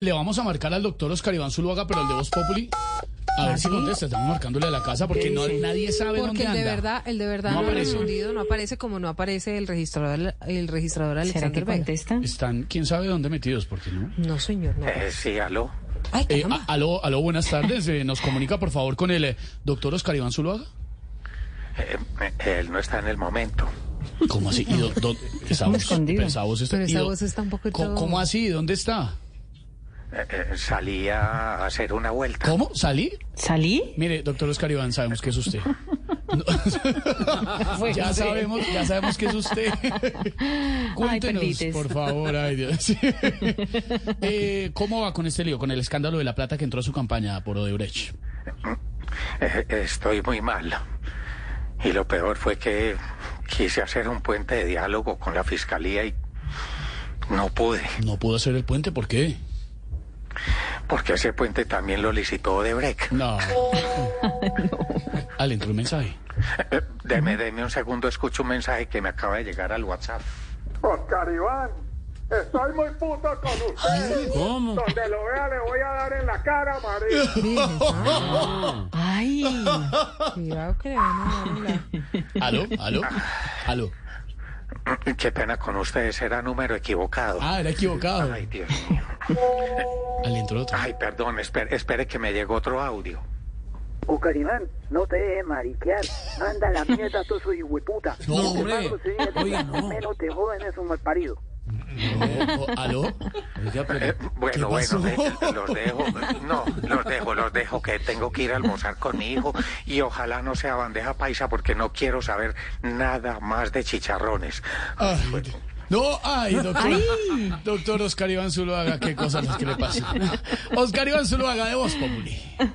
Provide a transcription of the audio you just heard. Le vamos a marcar al doctor Oscar Iván Zuluaga, pero el de Voz Populi. A ver si contesta, estamos marcándole a la casa porque no, nadie sabe dónde Porque el de anda. verdad, el de verdad No no, ha aparece. respondido, no aparece como no aparece el registrador, el registrador ¿Será que Alexander Vega. contesta? Están, quién sabe dónde metidos, porque no. No, señor, no. Eh, sí, aló. Ay, Eh, caramba. a- aló, aló, buenas tardes. eh, nos comunica, por favor, con el eh, doctor Oscar Iván Zuluaga. Eh, eh, él no está en el momento. ¿Cómo así? ¿Y dó- dó- esa voz, Escondido. pero esa voz está, Pero y esa dó- voz está un poco ¿Cómo- todo- ¿Cómo así? ¿Dónde está? Eh, eh, salí a hacer una vuelta. ¿Cómo? ¿Salí? ¿Salí? Mire, doctor Oscar Iván, sabemos que es usted. No- Fue ya usted. sabemos, ya sabemos que es usted. Cuéntenos, perdites. por favor, ay Dios. Eh, ¿Cómo va con este lío, con el escándalo de la plata que entró a su campaña por Odebrecht? Eh, estoy muy mal. Y lo peor fue que quise hacer un puente de diálogo con la fiscalía y no pude, No pudo hacer el puente, ¿por qué? porque ese puente también lo licitó Odebrecht. No. Ah, le entró un mensaje. Eh, deme, deme un segundo, escucho un mensaje que me acaba de llegar al WhatsApp. Oscar Iván, estoy muy puto con usted. ¿Cómo? Donde lo vea le voy a dar en la cara, marido. Virgen ah. santa. Ay, Ah, Cuidado que le van a dar en la- ¿Aló? ¿Aló? ¿Aló? Qué pena con ustedes, era número equivocado. Ah, era equivocado. Ay, Dios mío. Ah, le entró otro. Ay, perdón, espere, espere que me llegó otro audio. Oscar Iván, no te dejes mariquear. Anda a la mierda, tú soy hueputa. No, hombre. Oiga, no. Menos te joden esos malparidos. No, ¿Aló? Oiga, Eh, pero, ¿qué Bueno, pasó? bueno, eh, los dejo. No, los dejo, los dejo, que tengo que ir a almorzar con mi hijo y ojalá no sea bandeja paisa porque no quiero saber nada más de chicharrones. Ay, no, ay, doctor. Doctor Oscar Iván Zuluaga, qué cosas las que le pasan. Oscar Iván Zuluaga de Voz Populi.